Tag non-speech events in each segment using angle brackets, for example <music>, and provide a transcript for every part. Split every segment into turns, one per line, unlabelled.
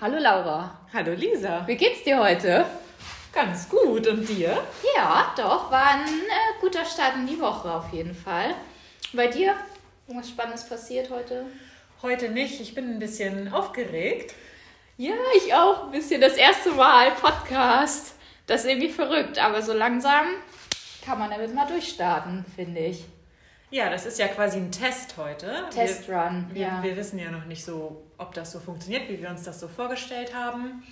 Hallo Laura,
Hallo Lisa.
wie geht's dir heute?
Ganz gut. Und dir?
Ja, doch, war ein äh, guter Start in die Woche auf jeden Fall. Bei dir? Irgendwas Spannendes passiert heute?
Heute nicht. Ich bin ein bisschen aufgeregt.
Ja, ich auch ein bisschen. Das erste Mal Podcast. Das ist irgendwie verrückt, aber so langsam kann man damit mal durchstarten, finde ich.
Ja, das ist ja quasi ein Test heute.
Testrun,
Wir, wir,
ja.
wir wissen ja noch nicht so, ob das so funktioniert, wie wir uns das so vorgestellt haben.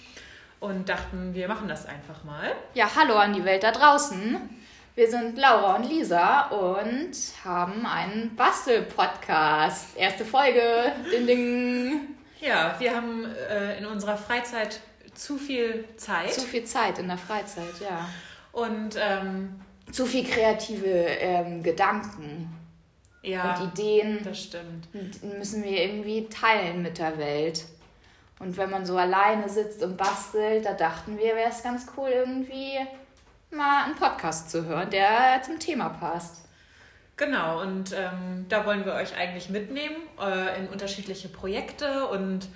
Und dachten, wir machen das einfach mal.
Ja, hallo an die Welt da draußen. Wir sind Laura und Lisa und haben einen Bastel-Podcast. Erste Folge. Ding, ding.
Ja, wir haben äh, in unserer Freizeit zu viel Zeit
Zu viel Zeit in der Freizeit, ja.
und ähm,
zu viel kreative ähm, Gedanken
ja,
und Ideen
das stimmt.
müssen wir irgendwie teilen mit der Welt. Und wenn man so alleine sitzt und bastelt, da dachten wir, wäre es ganz cool, irgendwie mal einen Podcast zu hören, der zum Thema passt.
Genau, und ähm, da wollen wir euch eigentlich mitnehmen äh, in unterschiedliche Projekte und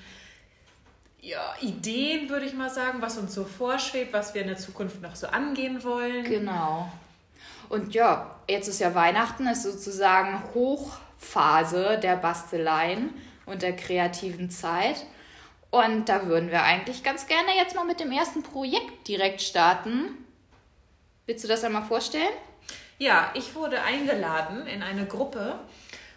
ja, Ideen, würde ich mal sagen, was uns so vorschwebt, was wir in der Zukunft noch so angehen wollen.
Genau. Und ja, jetzt ist ja Weihnachten, ist sozusagen Hochphase der Basteleien und der kreativen Zeit. Und da würden wir eigentlich ganz gerne jetzt mal mit dem ersten Projekt direkt starten. Willst du das einmal vorstellen?
Ja, ich wurde eingeladen in eine Gruppe,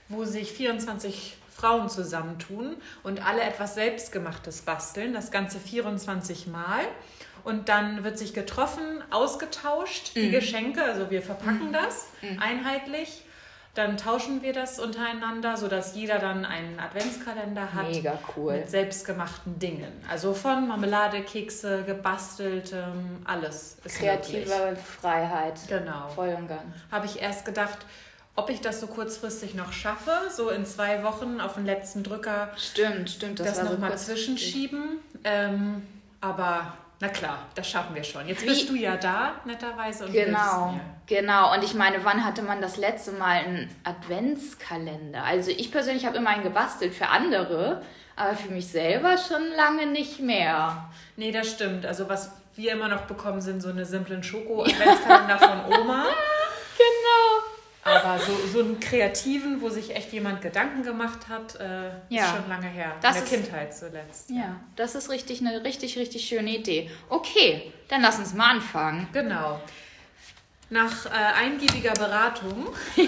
wo sich 24 Frauen zusammentun und alle etwas Selbstgemachtes basteln, das Ganze 24 Mal. Und dann wird sich getroffen, ausgetauscht,
Mhm.
die Geschenke, also wir verpacken das einheitlich. Dann tauschen wir das untereinander, sodass jeder dann einen Adventskalender hat
Mega cool.
mit selbstgemachten Dingen. Also von Marmelade, Kekse, gebasteltem, alles ist möglich.
Kreative Freiheit.
Genau
Voll und ganz.
habe ich erst gedacht, ob ich das so kurzfristig noch schaffe, so in zwei Wochen auf den letzten Drücker
Stimmt, stimmt. Das,
das,
war
noch
so
nochmal
kurz-
zwischenschieben. Ähm, aber na klar, das schaffen wir schon. Jetzt bist du ja da, netterweise. Und
Genau,
hilfst mir.
genau. Und ich meine, wann hatte man das letzte Mal einen Adventskalender? Also ich persönlich habe immer einen gebastelt für andere, aber für mich selber schon lange nicht mehr.
Nee, das stimmt. Also was wir immer noch bekommen, sind so eine
<laughs>
simplen Schoko-Adventskalender von Oma.
Genau.
Aber so, so einen kreativen, wo sich echt jemand Gedanken gemacht hat, äh,
Ja.
ist schon lange her.
Das
in
ist-
der Kindheit zuletzt.
Ja, das ist richtig eine richtig, richtig schöne Idee. Okay, dann lass uns mal anfangen.
<laughs> Genau. Nach äh, eingiebiger Beratung
ja,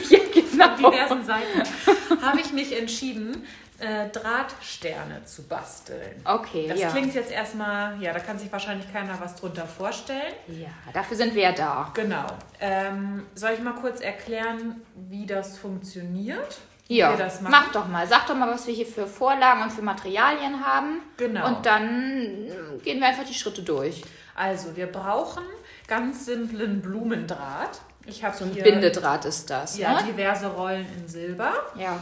auf diversen Seiten <laughs> habe ich mich entschieden, äh, Drahtsterne zu basteln.
Okay,
Das
ja.
klingt jetzt erstmal, ja, da kann sich wahrscheinlich keiner was drunter vorstellen.
ja. Dafür sind wir ja da.
Genau. Ähm, soll ich mal kurz erklären, wie das funktioniert?
Ja,
Wie wir das machen?
mach doch mal. Sag doch mal, was wir hier für Vorlagen und für Materialien haben.
Genau.
Und dann mm, gehen wir einfach die Schritte durch.
Also, wir brauchen ganz simplen Blumendraht. Ich habe so hier
Bindedraht ist das,
ja,
ne?
diverse Rollen in Silber.
Ja.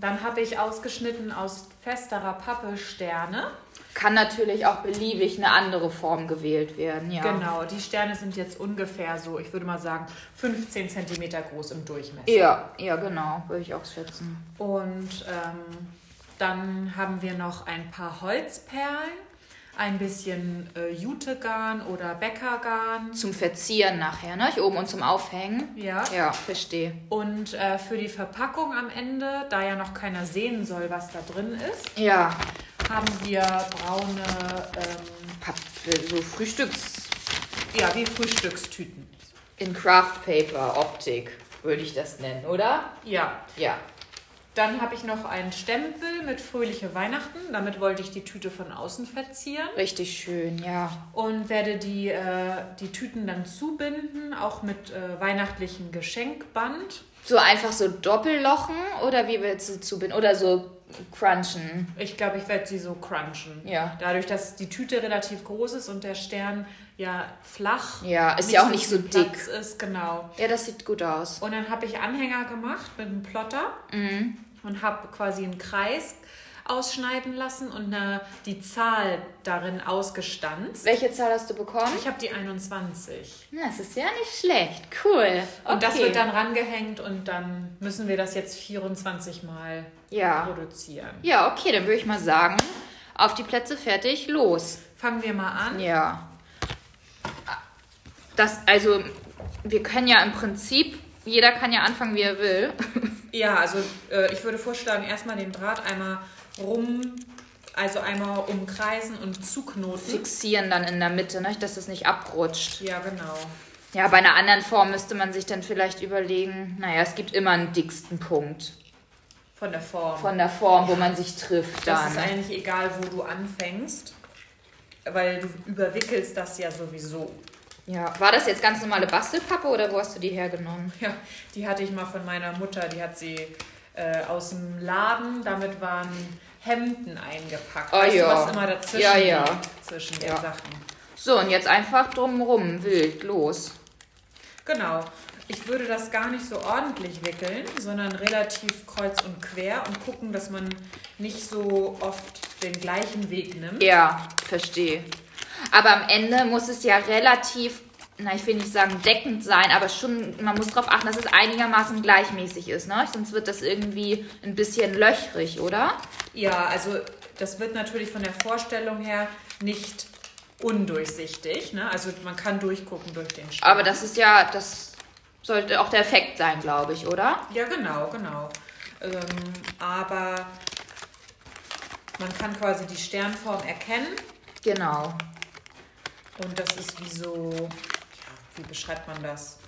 Dann habe ich ausgeschnitten aus festerer Pappe Sterne.
Kann natürlich auch beliebig eine andere Form gewählt werden, ja.
Genau, die Sterne sind jetzt ungefähr so, ich würde mal sagen, 15 cm groß im Durchmesser.
Ja, ja, genau, würde ich auch schätzen.
Und ähm, dann haben wir noch ein paar Holzperlen, ein bisschen äh, Jutegarn oder Bäckergarn.
Zum Verzieren nachher, ne? Hier oben und zum Aufhängen.
Ja.
Ja, verstehe.
Und äh, für die Verpackung am Ende, da ja noch keiner sehen soll, was da drin ist,
Ja,
haben wir braune, ähm,
Pap- so Frühstücks
ja, wie Frühstückstüten.
in Craft Paper Optik würde ich das nennen, oder?
Ja,
Ja.
dann habe ich noch einen Stempel mit Fröhliche Weihnachten. Damit wollte ich die Tüte von außen verzieren.
Richtig schön, ja.
und werde die, äh, die Tüten dann zubinden, auch mit äh, weihnachtlichem Geschenkband.
So einfach so Doppellochen oder wie willst du zu bin oder so crunchen.
Ich glaube, ich werde sie so crunchen.
Ja.
Dadurch, dass die Tüte relativ groß ist und der Stern ja flach.
Ja, ist ja auch nicht so
viel Platz
dick.
Ist genau.
Ja, das sieht gut aus.
Und dann habe ich Anhänger gemacht mit einem Plotter
Mhm.
und habe quasi einen Kreis ausschneiden lassen und eine, die Zahl darin ausgestanzt.
Welche Zahl hast du bekommen?
Ich habe die 21.
Na, Das ist ja nicht schlecht. Cool.
Und das
Okay.
wird dann rangehängt und dann müssen wir das jetzt 24 Mal
Ja.
produzieren.
Ja, okay, dann würde ich mal sagen, Auf die Plätze, fertig, los.
Fangen wir mal an.
Ja. Das, also, wir können ja im Prinzip, jeder kann ja anfangen, wie er will. <laughs>
Ja, also äh, ich würde vorschlagen, erstmal den Draht einmal rum, also einmal umkreisen und zuknoten.
Fixieren dann in der Mitte, ne? dass es nicht abrutscht.
Ja, genau.
Ja, bei einer anderen Form müsste man sich dann vielleicht überlegen, naja, es gibt immer einen dicksten Punkt
Von der Form.
von der Form, wo man sich trifft
das
dann.
ist eigentlich egal, wo du anfängst, weil du überwickelst das ja sowieso.
Ja, war das jetzt ganz normale Bastelpappe oder wo hast du die hergenommen?
Ja, die hatte ich mal von meiner Mutter, die hat sie äh, aus dem Laden, damit waren Hemden eingepackt.
Ah,
weißt
ja.
du, was immer dazwischen
Ja, ja.
liegt, zwischen
Ja.
den Sachen.
So, und jetzt einfach drumrum, wild, los.
Genau. Ich würde das gar nicht so ordentlich wickeln, sondern relativ kreuz und quer und gucken, dass man nicht so oft den gleichen Weg nimmt.
Ja, verstehe. Aber am Ende muss es ja relativ, na, ich will nicht sagen deckend sein, aber schon, man muss darauf achten, dass es einigermaßen gleichmäßig ist, ne? Sonst wird das irgendwie ein bisschen löchrig, oder?
Ja, also das wird natürlich von der Vorstellung her nicht undurchsichtig. Ne? Also man kann durchgucken durch den Stern.
Aber das ist ja, das sollte auch der Effekt sein, glaube ich, oder?
Ja, genau, genau. Ähm, aber man kann quasi die Sternform erkennen
Genau.
und das ist wie so, ja, wie beschreibt man das?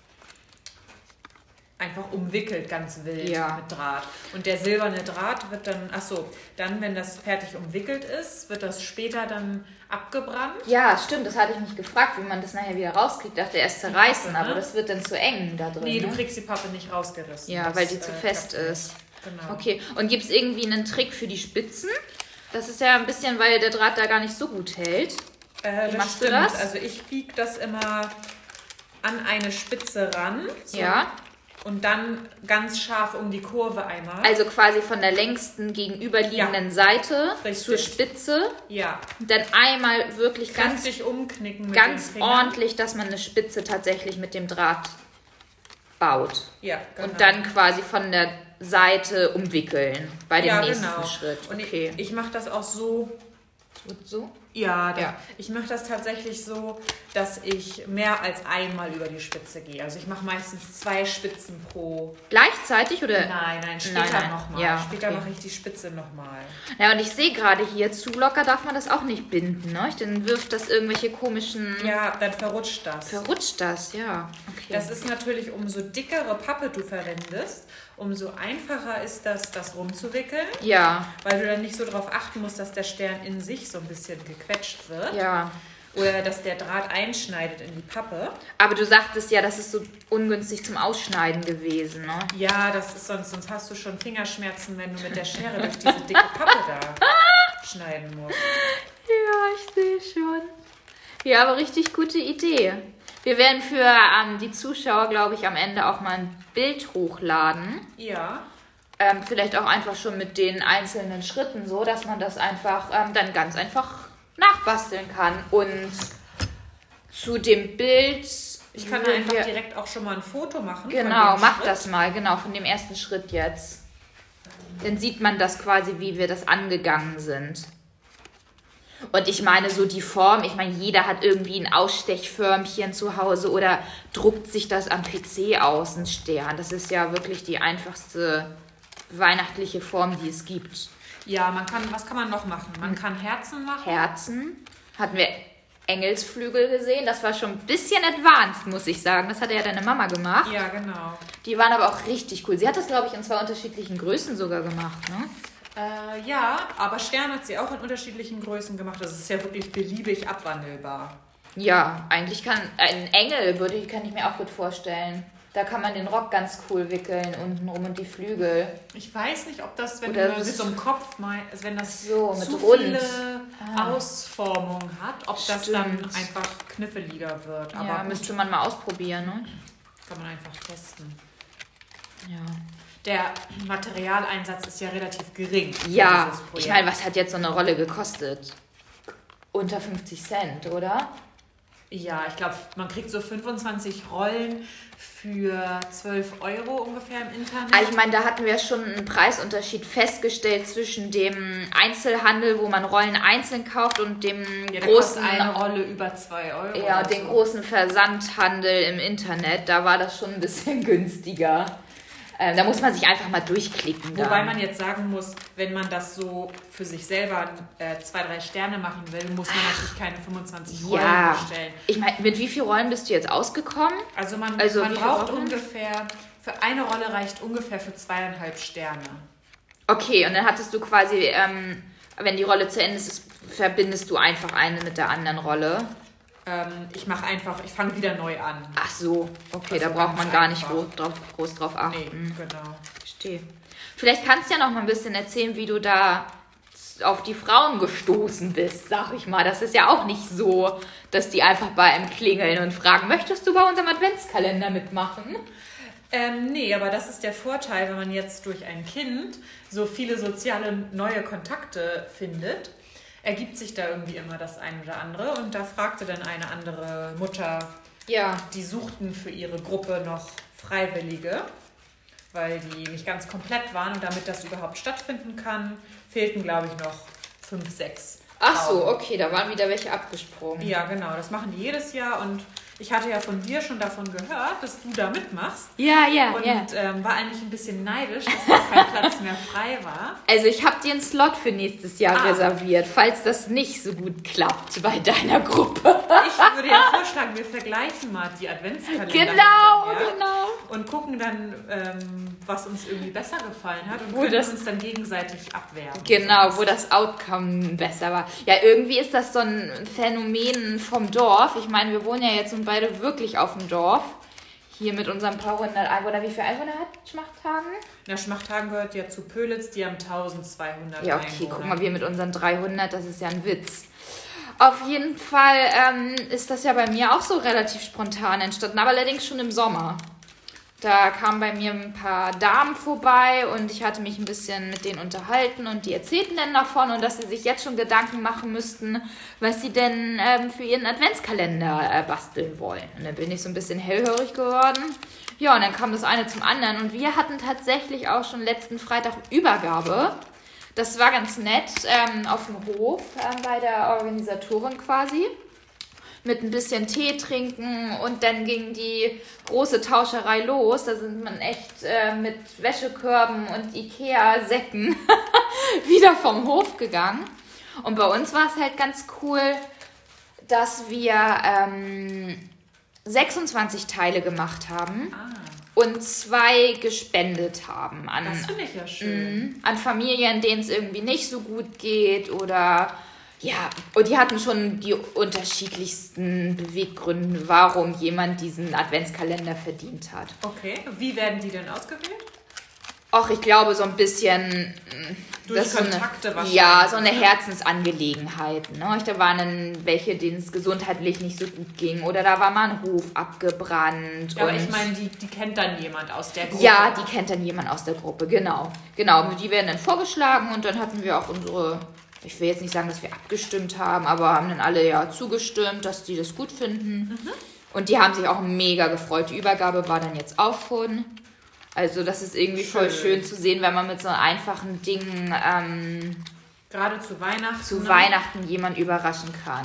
Einfach umwickelt, ganz wild
Ja.
mit Draht. Und der silberne Draht wird dann, ach so, dann, wenn das fertig umwickelt ist, wird das später dann abgebrannt.
Ja, stimmt, das hatte ich mich gefragt, wie man das nachher wieder rauskriegt. Dachte erst zerreißen,
Pappe,
aber
ne?
das wird dann zu eng da drin.
Nee, du
ne?
kriegst die Pappe nicht rausgerissen.
Ja,
Das,
weil die zu
äh,
fest
klappt nicht.
ist.
Genau.
Ah. Okay, und gibt es irgendwie einen Trick für die Spitzen? Das ist ja ein bisschen, weil der Draht da gar nicht so gut hält.
Äh, das
machst du
stimmt.
das?
Also ich biege das immer an eine Spitze ran. so.
Ja.
Und dann ganz scharf um die Kurve einmal.
Also quasi von der längsten gegenüberliegenden Seite
Richtig.
zur Spitze.
ja.
Und dann einmal wirklich ganz,
Kräftig umknicken mit
ganz
den Fingern.
ordentlich, dass man eine Spitze tatsächlich mit dem Draht baut.
Ja, genau.
Und dann quasi von der Seite umwickeln bei dem
ja,
nächsten
genau.
Schritt.
Und
Okay.
ich, ich mache das auch so.
Und so?
Ja, da-
Ja.
ich mache das tatsächlich so, dass ich mehr als einmal über die Spitze gehe. Also ich mache meistens zwei Spitzen pro.
Gleichzeitig oder?
Nein, nein, später
Äh, nein.
nochmal.
Ja,
später
okay.
mache ich die Spitze nochmal.
Ja, und ich sehe gerade hier, zu locker darf man das auch nicht binden, ne? Dann wirft das irgendwelche komischen.
Ja, dann verrutscht das.
Verrutscht das, ja. Okay.
Das ist natürlich, umso dickere Pappe du verwendest, umso einfacher ist das, das rumzuwickeln,
ja,
weil du dann nicht so darauf achten musst, dass der Stern in sich so ein bisschen gequetscht wird
ja.
oder dass der Draht einschneidet in die Pappe.
Aber du sagtest ja, das ist so ungünstig zum Ausschneiden gewesen, ne?
Ja, das ist sonst, sonst hast du schon Fingerschmerzen, wenn du mit der Schere durch diese dicke Pappe
<laughs>
da schneiden musst.
Ja, ich sehe schon. Ja, aber richtig gute Idee. Wir werden für ähm, die Zuschauer, glaube ich, am Ende auch mal ein Bild hochladen.
Ja,
Ähm, vielleicht auch einfach schon mit den einzelnen Schritten so, dass man das einfach ähm, dann ganz einfach nachbasteln kann. Und zu dem Bild.
ich kann da
würden
einfach
wir-
direkt auch schon mal ein Foto machen. von
Genau,
dem
mach
Schritt.
das mal, genau, von dem ersten Schritt jetzt. Dann sieht man das quasi, wie wir das angegangen sind. Und ich meine, so die Form, ich meine, jeder hat irgendwie ein Ausstechförmchen zu Hause oder druckt sich das am PC aus, ein Stern. Das ist ja wirklich die einfachste weihnachtliche Form, die es gibt.
Ja, man kann, was kann man noch machen?
Hm.
Man kann Herzen machen.
Herzen hatten wir Engelsflügel gesehen. Das war schon ein bisschen advanced, muss ich sagen. Das hatte ja deine Mama gemacht.
Ja, genau.
Die waren aber auch richtig cool. Sie hat das, glaube ich, in zwei unterschiedlichen Größen sogar gemacht, ne?
Äh, ja, aber Stern hat sie auch in unterschiedlichen Größen gemacht. Das ist ja wirklich beliebig abwandelbar.
Ja, eigentlich kann ein Engel würde ich kann ich mir auch gut vorstellen. Da kann man den Rock ganz cool wickeln unten rum und die Flügel.
Ich weiß nicht, ob das, wenn
Oder
du
das-
mit so einem Kopf meinst, wenn das
So, mit
zu
rund. Ah.
viele Ausformungen hat, ob das dann
Stimmt.
einfach kniffeliger wird. Aber
ja,
gut,
müsste man mal ausprobieren, ne?
kann man einfach testen.
Ja.
Der Materialeinsatz ist ja relativ gering. für
Ja,
dieses Projekt.
ich meine, was hat jetzt so eine Rolle gekostet? Unter 50 Cent, oder?
Ja, ich glaube, man kriegt so 25 Rollen für 12 Euro ungefähr im Internet.
Also ich meine, da hatten wir schon einen Preisunterschied festgestellt zwischen dem Einzelhandel, wo man Rollen einzeln kauft, und dem
ja, da
großen,
kostet eine Rolle über 2 Euro.
ja,
oder
den
so.
großen Versandhandel im Internet. Da war das schon ein bisschen <laughs> günstiger. Ähm, da muss man sich einfach mal durchklicken. dann.
Wobei man jetzt sagen muss, wenn man das so für sich selber äh, zwei, drei Sterne machen will, muss man natürlich keine 25 Rollen
ja.
bestellen.
Ich meine, mit wie vielen Rollen bist du jetzt ausgekommen?
Also man,
Also
man
wie viele
braucht
Rollen?
ungefähr, für eine Rolle reicht ungefähr für zweieinhalb Sterne.
Okay, und dann hattest du quasi, ähm, wenn die Rolle zu Ende ist, ist- verbindest du einfach eine mit der anderen Rolle.
Ähm, ich mache einfach, ich fange wieder neu an.
Ach so, okay,
Also
da braucht
ganz
man gar nicht
einfach.
groß drauf, groß drauf
Nee,
achten.
genau.
Verstehe. Vielleicht kannst du ja noch mal ein bisschen erzählen, wie du da auf die Frauen gestoßen bist, sag ich mal. Das ist ja auch nicht so, dass die einfach bei einem klingeln und fragen, möchtest du bei unserem Adventskalender mitmachen?
Ähm, nee, aber das ist der Vorteil, wenn man jetzt durch ein Kind so viele soziale neue Kontakte findet, ergibt sich da irgendwie immer das eine oder andere. Und da fragte dann eine andere Mutter,
Ja.
die suchten für ihre Gruppe noch Freiwillige, weil die nicht ganz komplett waren. Und damit das überhaupt stattfinden kann, fehlten, glaube ich, noch fünf, sechs.
Ach so,
Frauen.
okay, da waren wieder welche abgesprungen.
Ja, genau, das machen die jedes Jahr. Und ich hatte ja von dir schon davon gehört, dass du da mitmachst.
Ja, Ah, ja,
Und ähm, war eigentlich ein bisschen neidisch, dass noch kein Platz mehr frei war.
Also ich habe dir einen Slot für nächstes Jahr
Ah.
reserviert, falls das nicht so gut klappt bei deiner Gruppe.
Ich würde ja vorschlagen, wir vergleichen mal die Adventskalender.
Genau,
hinterher
genau.
Und gucken dann, ähm, was uns irgendwie besser gefallen hat und
Wo
können
das-
uns dann gegenseitig abwerben.
Genau, wo das Outcome besser war. Ja, irgendwie ist das so ein Phänomen vom Dorf. Ich meine, wir wohnen ja jetzt nun beide wirklich auf dem Dorf. Hier mit unseren paar hundert Einwohner. Wie viele Einwohner hat Schmachthagen?
Na, Schmachthagen gehört ja zu Pölitz, die haben 1200
Ja, okay,
Einwohner.
guck mal, wir mit unseren 300, das ist ja ein Witz. Auf jeden Fall ähm, ist das ja bei mir auch so relativ spontan entstanden, aber allerdings schon im Sommer. Da kamen bei mir ein paar Damen vorbei und ich hatte mich ein bisschen mit denen unterhalten und die erzählten dann davon und dass sie sich jetzt schon Gedanken machen müssten, was sie denn ähm, für ihren Adventskalender äh, basteln wollen. Und dann bin ich so ein bisschen hellhörig geworden. Ja, und dann kam das eine zum anderen und wir hatten tatsächlich auch schon letzten Freitag Übergabe. Das war ganz nett ähm, auf dem Hof ähm, bei der Organisatorin quasi. Mit ein bisschen Tee trinken und dann ging die große Tauscherei los. Da sind man echt äh, mit Wäschekörben und Ikea-Säcken <laughs> wieder vom Hof gegangen. Und bei uns war es halt ganz cool, dass wir ähm, 26 Teile gemacht haben
Ah,
und zwei gespendet haben an,
das finde ich ja schön.
an Familien, denen es irgendwie nicht so gut geht oder ja, und die hatten schon die unterschiedlichsten Beweggründe, warum jemand diesen Adventskalender verdient hat.
Okay, wie werden die denn ausgewählt?
Och, ich glaube so ein bisschen mh,
Durch
das ist
Kontakte
so eine,
wahrscheinlich,
Ja, so eine
ne?
Herzensangelegenheit. Ne? Ich- Da waren dann welche, denen es gesundheitlich nicht so gut ging oder da war mal ein Hof abgebrannt.
Ja, aber
und
ich meine, die, die kennt dann jemand aus der Gruppe.
Ja, die kennt dann jemand aus der Gruppe, genau. Genau, die werden dann vorgeschlagen und dann hatten wir auch unsere, ich will jetzt nicht sagen, dass wir abgestimmt haben, aber haben dann alle ja zugestimmt, dass die das gut finden. Und die haben sich auch mega gefreut. Die Übergabe war dann jetzt auch schon. Also das ist irgendwie voll
Schön.
schön zu sehen, wenn man mit so einfachen Dingen ähm,
Gerade zu Weihnachten.
zu
ne?
Weihnachten jemanden überraschen kann.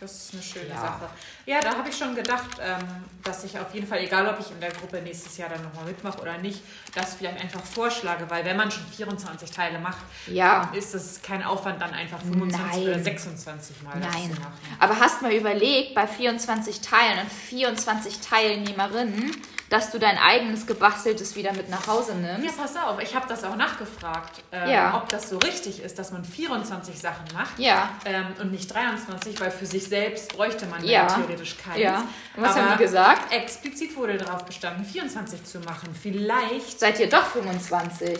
Das ist eine schöne
Ja.
Sache. Ja, da habe ich schon gedacht, ähm, dass ich auf jeden Fall, egal ob ich in der Gruppe nächstes Jahr dann nochmal mitmache oder nicht, das vielleicht einfach vorschlage, weil wenn man schon 24 Teile macht,
Ja.
ist es kein Aufwand, dann einfach 25
Nein.
oder 26 Mal das zu
Nein.
machen.
Aber hast mal überlegt, bei 24 Teilen und 24 Teilnehmerinnen, dass du dein eigenes gebasteltes wieder mit nach Hause
Ja,
nimmst?
pass auf, ich habe das auch nachgefragt, ähm,
Ja.
ob das so richtig ist, dass man 24 Sachen macht.
Ja.
Ähm, und nicht 23, weil für sich selbst bräuchte man ja
Ja.
theoretisch keins.
Ja. Und was haben
Aber
die gesagt?
Explizit wurde darauf bestanden, 24 zu machen. Vielleicht
Seid ihr doch 25?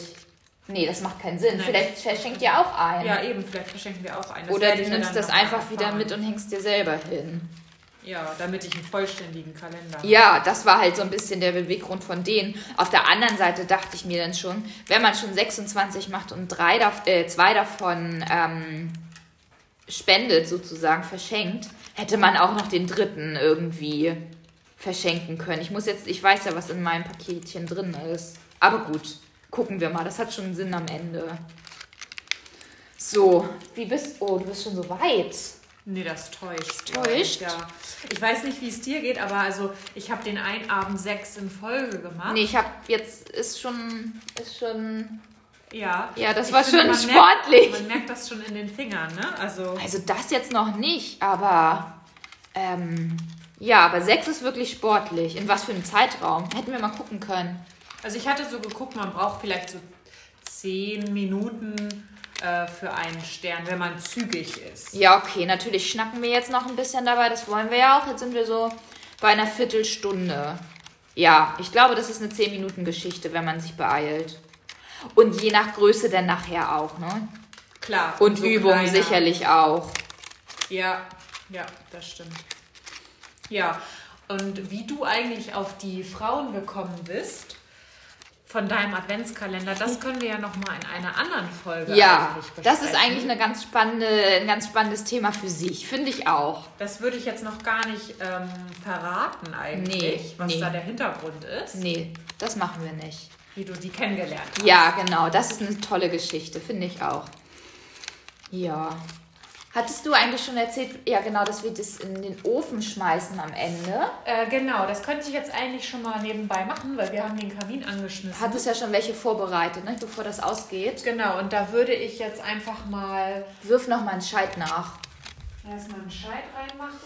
Nee, das macht keinen Sinn.
Nein.
Vielleicht verschenkt ihr auch einen.
Ja, eben, vielleicht verschenken wir auch einen. Das
Oder
werde
du
ich ja
nimmst
dann
das
noch mal
einfach wieder
erfahren.
mit und hängst dir selber hin.
Ja, damit ich einen vollständigen Kalender habe.
Ja, das war halt so ein bisschen der Beweggrund von denen. Auf der anderen Seite dachte ich mir dann schon, wenn man schon 26 macht und drei dav äh, zwei davon ähm, spendet sozusagen, verschenkt, hätte man auch noch den dritten irgendwie verschenken können. Ich muss jetzt, ich weiß ja, was in meinem Paketchen drin ist. Aber gut, gucken wir mal. Das hat schon Sinn am Ende. So, wie bist Oh, du bist schon so weit.
Nee, das täuscht.
Das täuscht?
Ja. Ich weiß nicht, wie es dir geht, aber also ich habe den einen Abend sechs in Folge gemacht.
Nee, ich habe jetzt ist schon ist schon
Ja.
Ja, das
Ich
war
finde,
schon
man
sportlich.
Merkt, man merkt das schon in den Fingern, ne? Also
Also das jetzt noch nicht, aber ähm, ja, aber sechs ist wirklich sportlich. In was für einem Zeitraum? Hätten wir mal gucken können.
Also ich hatte so geguckt, man braucht vielleicht so zehn Minuten äh, für einen Stern, wenn man zügig ist.
Ja, okay, natürlich schnacken wir jetzt noch ein bisschen dabei, das wollen wir ja auch. Jetzt sind wir so bei einer Viertelstunde. Ja, ich glaube, das ist eine 10-Minuten-Geschichte, wenn man sich beeilt. Und je nach Größe dann nachher auch, ne?
Klar.
Und
umso
Übung
kleiner.
sicherlich auch.
Ja, ja, das stimmt. Ja, und wie du eigentlich auf die Frauen gekommen bist von deinem Adventskalender, das können wir ja noch mal in einer anderen Folge
Hm. Ja,
eigentlich
das ist
besprechen.
eigentlich eine ganz spannende, ein ganz spannendes Thema für sich, finde ich auch.
Das würde ich jetzt noch gar nicht ähm, verraten eigentlich,
Nee,
was
nee.
da der Hintergrund ist,
Nee, das machen wir nicht.
wie du die kennengelernt hast.
Ja, genau, das ist eine tolle Geschichte, finde ich auch. Ja. Hattest du eigentlich schon erzählt, ja genau, dass wir das in den Ofen schmeißen am Ende?
Äh, genau, das könnte ich jetzt eigentlich schon mal nebenbei machen, weil wir haben den Kamin angeschmissen.
Hattest ja schon welche vorbereitet, ne, bevor das ausgeht.
genau, und da würde ich jetzt einfach mal
Wirf nochmal einen Scheit nach.
erstmal einen Scheit reinmachen.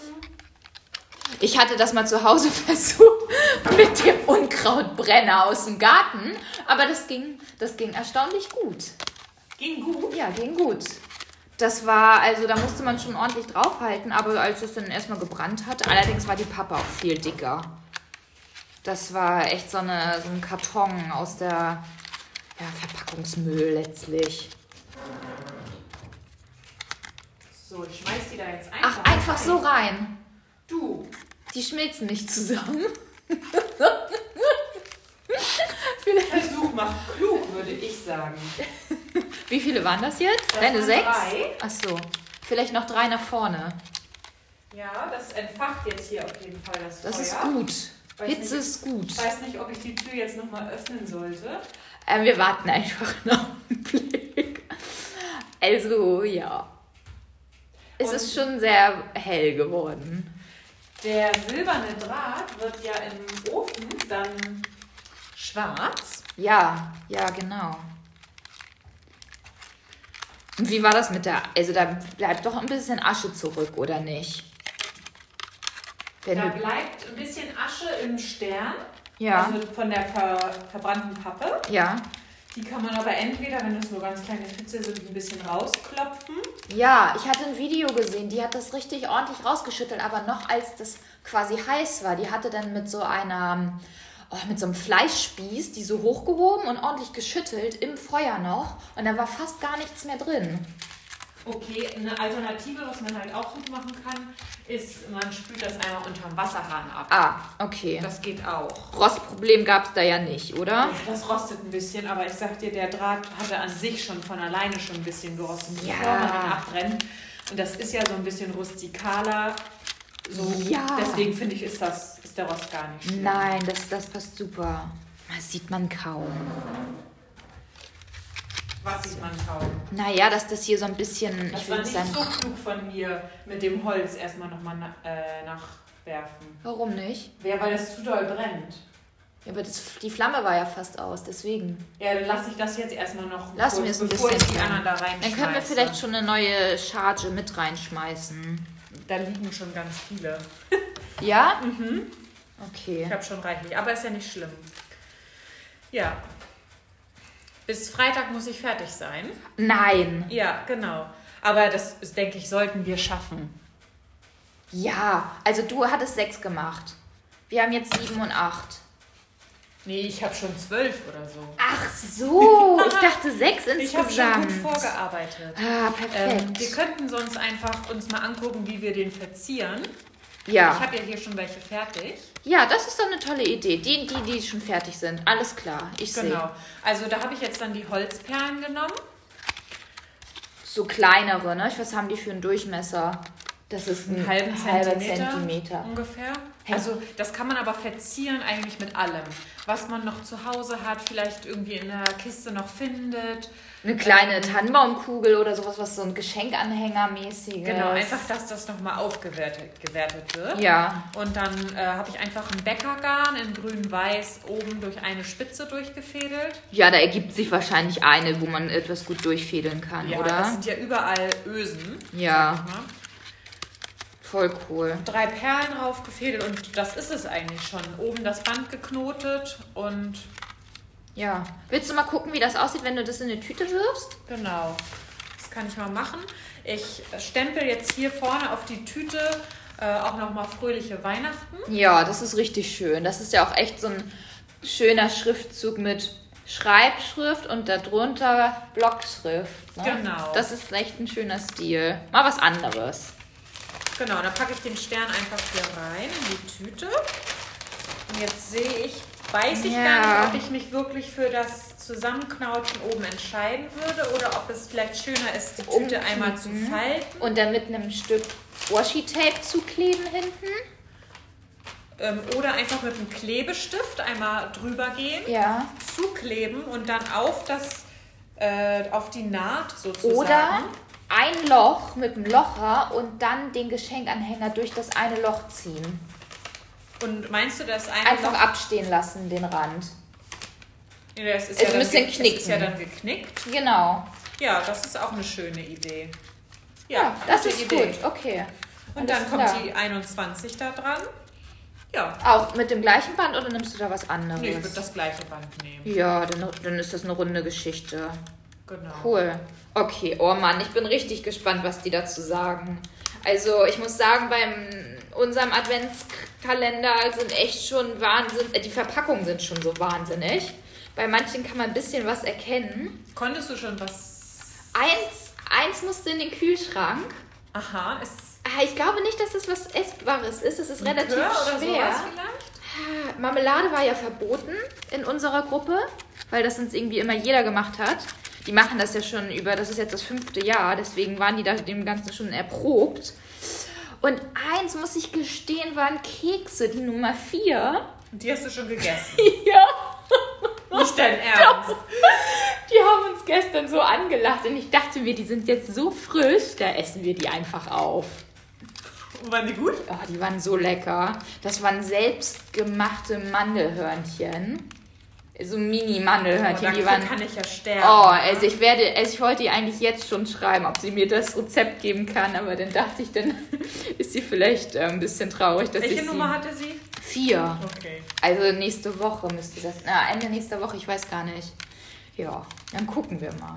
Ich hatte das mal zu Hause <laughs> versucht mit dem Unkrautbrenner aus dem Garten, aber das ging, das ging erstaunlich gut.
Ging gut.
Ja, ging gut. Das war, also da musste man schon ordentlich draufhalten, aber als es dann erstmal gebrannt hat, allerdings war die Pappe auch viel dicker. Das war echt so, eine, so ein Karton aus der ja, Verpackungsmüll letztlich.
So, ich schmeiß die da jetzt einfach.
Ach, einfach so rein.
Du.
Die schmilzen nicht zusammen.
Versuch mal klug, würde ich sagen.
Wie viele waren das jetzt? Deine
waren
sechs?
drei.
Ach so. Vielleicht noch drei nach vorne.
Ja, das entfacht jetzt hier auf jeden Fall das,
Das
Feuer.
ist gut.
Oh Weiß
Hitze
nicht.
ist gut.
Ich weiß nicht, ob ich die Tür jetzt nochmal öffnen sollte.
Ähm, wir warten einfach <laughs> noch einen Blick. Also, ja. Es
Und-
ist schon sehr hell geworden.
Der silberne Draht wird ja im Ofen dann schwarz.
Ja, ja, genau. Und wie war das mit der. Also, da bleibt doch ein bisschen Asche zurück, oder nicht? Wenn
Da
du,
bleibt ein bisschen Asche im Stern.
ja,
Also von der ver verbrannten Pappe.
ja.
Die kann man aber entweder, wenn das nur ganz kleine Pfütze sind, ein bisschen rausklopfen.
Ja, ich hatte ein Video gesehen, die hat das richtig ordentlich rausgeschüttelt, aber noch als das quasi heiß war, die hatte dann mit so einer, oh, mit so einem Fleischspieß die so hochgehoben und ordentlich geschüttelt im Feuer noch und da war fast gar nichts mehr drin.
Okay, eine Alternative, was man halt auch gut machen kann, ist, man spült das einmal unterm Wasserhahn ab.
Ah, okay.
Das geht auch.
Rostproblem gab es da ja nicht, oder?
Das rostet ein bisschen, aber ich sag dir, der Draht hatte an sich schon von alleine schon ein bisschen gerostet,
Ja.
bevor man ihn abbrennt. Und das ist ja so ein bisschen rustikaler. So,
Ja.
Deswegen finde ich, ist, das, ist der Rost gar nicht schlimm.
Nein, das, das passt super. Das sieht man kaum.
Was sieht man kaum?
Naja, dass das hier so ein bisschen.
Das
ich
war
will
nicht
nicht sagen,
so klug von mir, mit dem Holz erstmal nochmal na, äh, nachwerfen.
warum nicht?
Ja, weil das zu doll brennt.
Ja, aber das, die Flamme war ja fast aus, deswegen.
Ja, dann lasse ich das jetzt erstmal noch
Lass
kurz,
mir es ein
bevor
bisschen
ich die
drin.
anderen da rein
Dann können wir vielleicht schon eine neue Charge mit reinschmeißen.
Da liegen schon ganz viele.
Ja?
Mhm. Ich
Okay.
habe schon reichlich, aber ist ja nicht schlimm. Ja. Bis Freitag muss ich fertig sein.
Nein.
Ja, genau. Aber das, ist, denke ich, sollten wir schaffen.
Ja. Also du hattest sechs gemacht. Wir haben jetzt sieben und acht.
Nee, ich habe schon zwölf oder so.
Ach <laughs> so. Ich dachte sechs
Ich habe schon
insgesamt.
gut vorgearbeitet.
ah,
Ähm, wir
perfekt.
könnten sonst einfach uns mal angucken, wie wir den verzieren. Ich
ja.
habe ja hier schon welche fertig.
Ja, das ist doch eine tolle Idee. Die, die, die schon fertig sind. Alles klar. Ich
Genau. Also da habe ich jetzt dann die Holzperlen genommen.
so kleinere, ne? Ich weiß, haben die für einen Durchmesser? Das ist ein,
einen halben
halber Hm,
Zentimeter,
Zentimeter.
ungefähr.
Hä?
Also das kann man aber verzieren eigentlich mit allem, was man noch zu Hause hat, vielleicht irgendwie in der Kiste noch findet.
Eine kleine Tannenbaumkugel oder sowas, was so ein Geschenkanhängermäßiges.
Genau, einfach, dass das nochmal aufgewertet gewertet wird.
Ja.
Und dann äh, habe ich einfach ein Bäckergarn in grün-weiß oben durch eine Spitze durchgefädelt.
Ja, da ergibt sich wahrscheinlich eine, wo man etwas gut durchfädeln kann,
Ja, das
oder?
sind ja überall Ösen.
Ja,
Ne?
voll cool.
Drei Perlen raufgefädelt und das ist es eigentlich schon. Oben das Band geknotet und
Ja. Willst du mal gucken, wie das aussieht, wenn du das in eine Tüte wirfst?
genau. Das kann ich mal machen. Ich stempel jetzt hier vorne auf die Tüte äh, auch nochmal fröhliche Weihnachten.
Ja, das ist richtig schön. Das ist ja auch echt so ein schöner Schriftzug mit Schreibschrift und darunter Blockschrift. Ne?
Genau.
Das ist echt ein schöner Stil. Mal was anderes.
Genau, dann packe ich den Stern einfach hier rein in die Tüte. Und jetzt sehe ich, weiß ich
Ja.
gar nicht, ob ich mich wirklich für das Zusammenknautschen oben entscheiden würde oder ob es vielleicht schöner ist, die Tüte
Umkippen.
einmal zu falten.
Und dann mit einem Stück Washi-Tape zukleben hinten.
Ähm, oder einfach mit einem Klebestift einmal drüber gehen,
Ja.
zukleben und dann auf das äh, auf die Naht sozusagen.
Oder ein Loch mit einem Locher und dann den Geschenkanhänger durch das eine Loch ziehen.
Und meinst du, dass eine
Einfach
noch-
abstehen lassen, den Rand.
Nee, das ist
Es
ja dann
müssen
ge- das
knicken.
ist ja dann geknickt.
Genau.
Ja, das ist auch eine schöne Idee.
Ja, das
gute
ist gut. Okay.
Und
Alles
dann kommt
klar.
die 21 da dran. Ja,
Auch mit dem gleichen Band oder nimmst du da was anderes?
nee, ich würde das gleiche Band nehmen.
ja, dann, dann ist das eine runde Geschichte.
Genau.
Cool. Okay, oh Mann, ich bin richtig gespannt, was die dazu sagen. Also, ich muss sagen, beim unserem Adventskalender sind echt schon Wahnsinn. äh, Die Verpackungen sind schon so wahnsinnig. Bei manchen kann man ein bisschen was erkennen.
Konntest du schon was?
Eins, eins musste in den Kühlschrank.
Aha, ist
Ah, Ich glaube nicht, dass das was Essbares ist. Es ist relativ
Likör
schwer.
oder sowas vielleicht?
Marmelade war ja verboten in unserer Gruppe, weil das uns irgendwie immer jeder gemacht hat. Die machen das ja schon über, das ist jetzt das fünfte Jahr, deswegen waren die da dem Ganzen schon erprobt. Und eins muss ich gestehen, waren Kekse, die Nummer vier.
Und die hast du schon gegessen.
<laughs>
<laughs>
Ja, <laughs>
Nicht dein Ernst.
die haben uns gestern so angelacht und ich dachte mir, die sind jetzt so frisch, da essen wir die einfach auf.
Und waren die gut?
Oh, die waren so lecker. Das waren selbstgemachte Mandelhörnchen. So
Oh,
Mini-Mandelhörnchen, die
dafür
waren
kann ich ja sterben.
Oh, also ich werde, also ich wollte ihr eigentlich jetzt schon schreiben, ob sie mir das Rezept geben kann, aber dann dachte ich, dann <laughs> ist sie vielleicht äh, ein bisschen traurig, dass ich
Welche
sie
Nummer hatte sie?
vier.
Okay.
Also nächste Woche müsste das, na Ende nächster Woche, ich weiß gar nicht. Ja, dann gucken wir mal.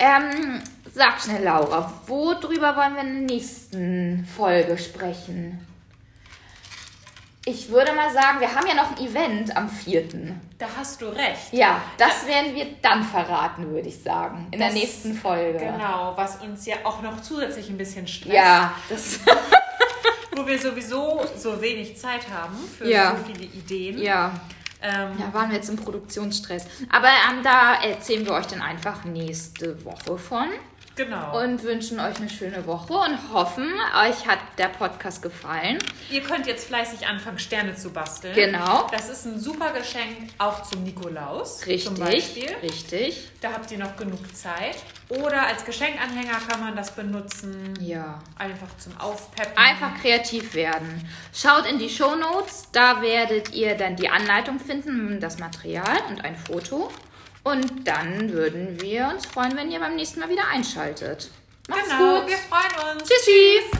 Ähm, sag schnell, Laura, worüber wollen wir in der nächsten Folge sprechen? Ich würde mal sagen, wir haben ja noch ein Event am 4.
Da hast du recht.
Ja, das werden wir dann verraten, würde ich sagen. In
Das-
der nächsten Folge.
Genau, was uns ja auch noch zusätzlich ein bisschen stresst.
Ja, das,
Wo wir sowieso so wenig Zeit haben für
Ja.
so viele Ideen.
ja.
Ähm,
Da waren wir jetzt im Produktionsstress. Aber ähm, da erzählen wir euch dann einfach nächste Woche von
Genau.
und wünschen euch eine schöne Woche und hoffen, euch hat der Podcast gefallen.
Ihr könnt jetzt fleißig anfangen, Sterne zu basteln.
Genau.
Das ist ein super Geschenk auch zum Nikolaus. Zum
Richtig,
Beispiel.
richtig.
Da habt ihr noch genug Zeit. Oder als Geschenkanhänger kann man das benutzen.
Ja.
Einfach zum Aufpeppen.
Einfach kreativ werden. Schaut in die Show Notes, da werdet ihr dann die Anleitung finden, das Material und ein Foto. Und dann würden wir uns freuen, wenn ihr beim nächsten Mal wieder einschaltet. Macht's
Genau.
gut.
Wir freuen uns.
Tschüssi.